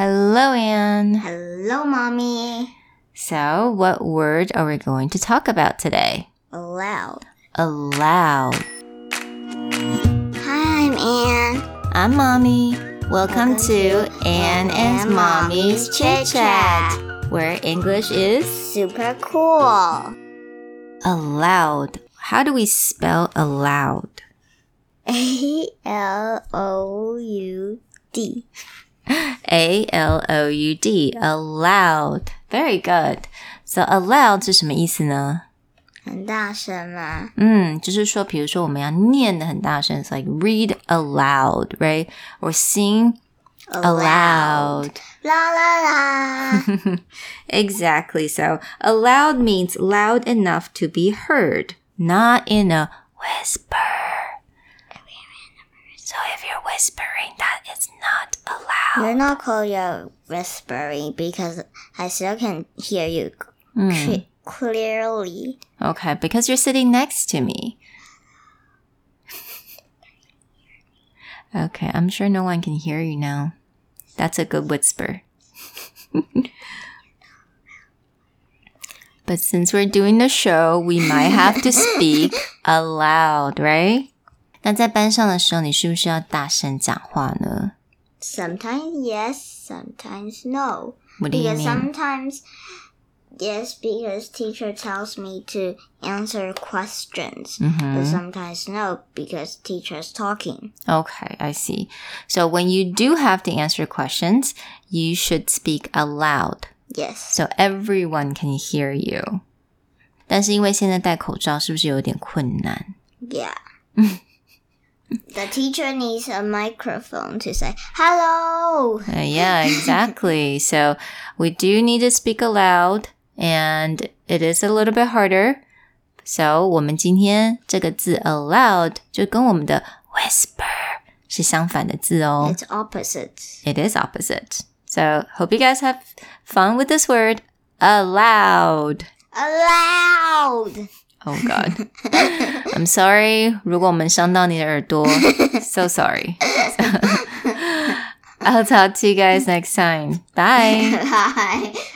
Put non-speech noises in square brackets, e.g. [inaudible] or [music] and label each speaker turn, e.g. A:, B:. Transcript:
A: Hello, Anne.
B: Hello, mommy.
A: So, what word are we going to talk about today?
B: Loud.
A: Allow.
B: Hi, I'm Anne.
A: I'm Mommy. Welcome to Anne and Mommy's Chit Chat, where English is
B: Super cool.
A: allowed. How do we spell allowed?
B: A L O U D.
A: A L O U D. Allowed. Very good. So, allowed 是什么意思呢？
B: 很大声吗？
A: 嗯，就是说，比如说我们要念的很大声，it's like read aloud, right? Or sing aloud.
B: 啦啦啦。
A: [laughs] exactly. So aloud means loud enough to be heard, not in a whisper. So if you're whispering, that is not allowed.
B: [laughs] You're not called your whispering because I still can hear you
A: Hmm.
B: cl- clearly.
A: Okay, because you're sitting next to me. Okay, I'm sure no one can hear you now. That's a good whisper. [laughs] but since we're doing the show, we might have to speak aloud, right? 那在班上的时候，你是不是要大声讲话呢？
B: Sometimes yes, sometimes no.
A: What do you
B: Because
A: mean?
B: sometimes, yes, because teacher tells me to answer questions,
A: Mm-hmm.
B: but sometimes no, because teacher's talking.
A: Okay, I see. So when you do have to answer questions, you should speak aloud.
B: Yes.
A: so everyone can hear you. 但是因为现在戴口罩，是不是有点困难 [laughs]
B: Yeah. the teacher needs a microphone to say hello.
A: Uh, yeah, exactly. [laughs] so we do need to speak aloud, and it is a little bit harder. So 我们今天这个字 aloud 就跟我们的 whisper 是相反的字哦。
B: It's opposite.
A: It is opposite. So hope you guys have fun with this word aloud.
B: Allowed.
A: [laughs] Oh
B: [laughs]
A: God, I'm sorry. 如果我们伤到你的耳朵，so sorry. I'll talk to you guys next time. Bye.
B: [laughs] Hi.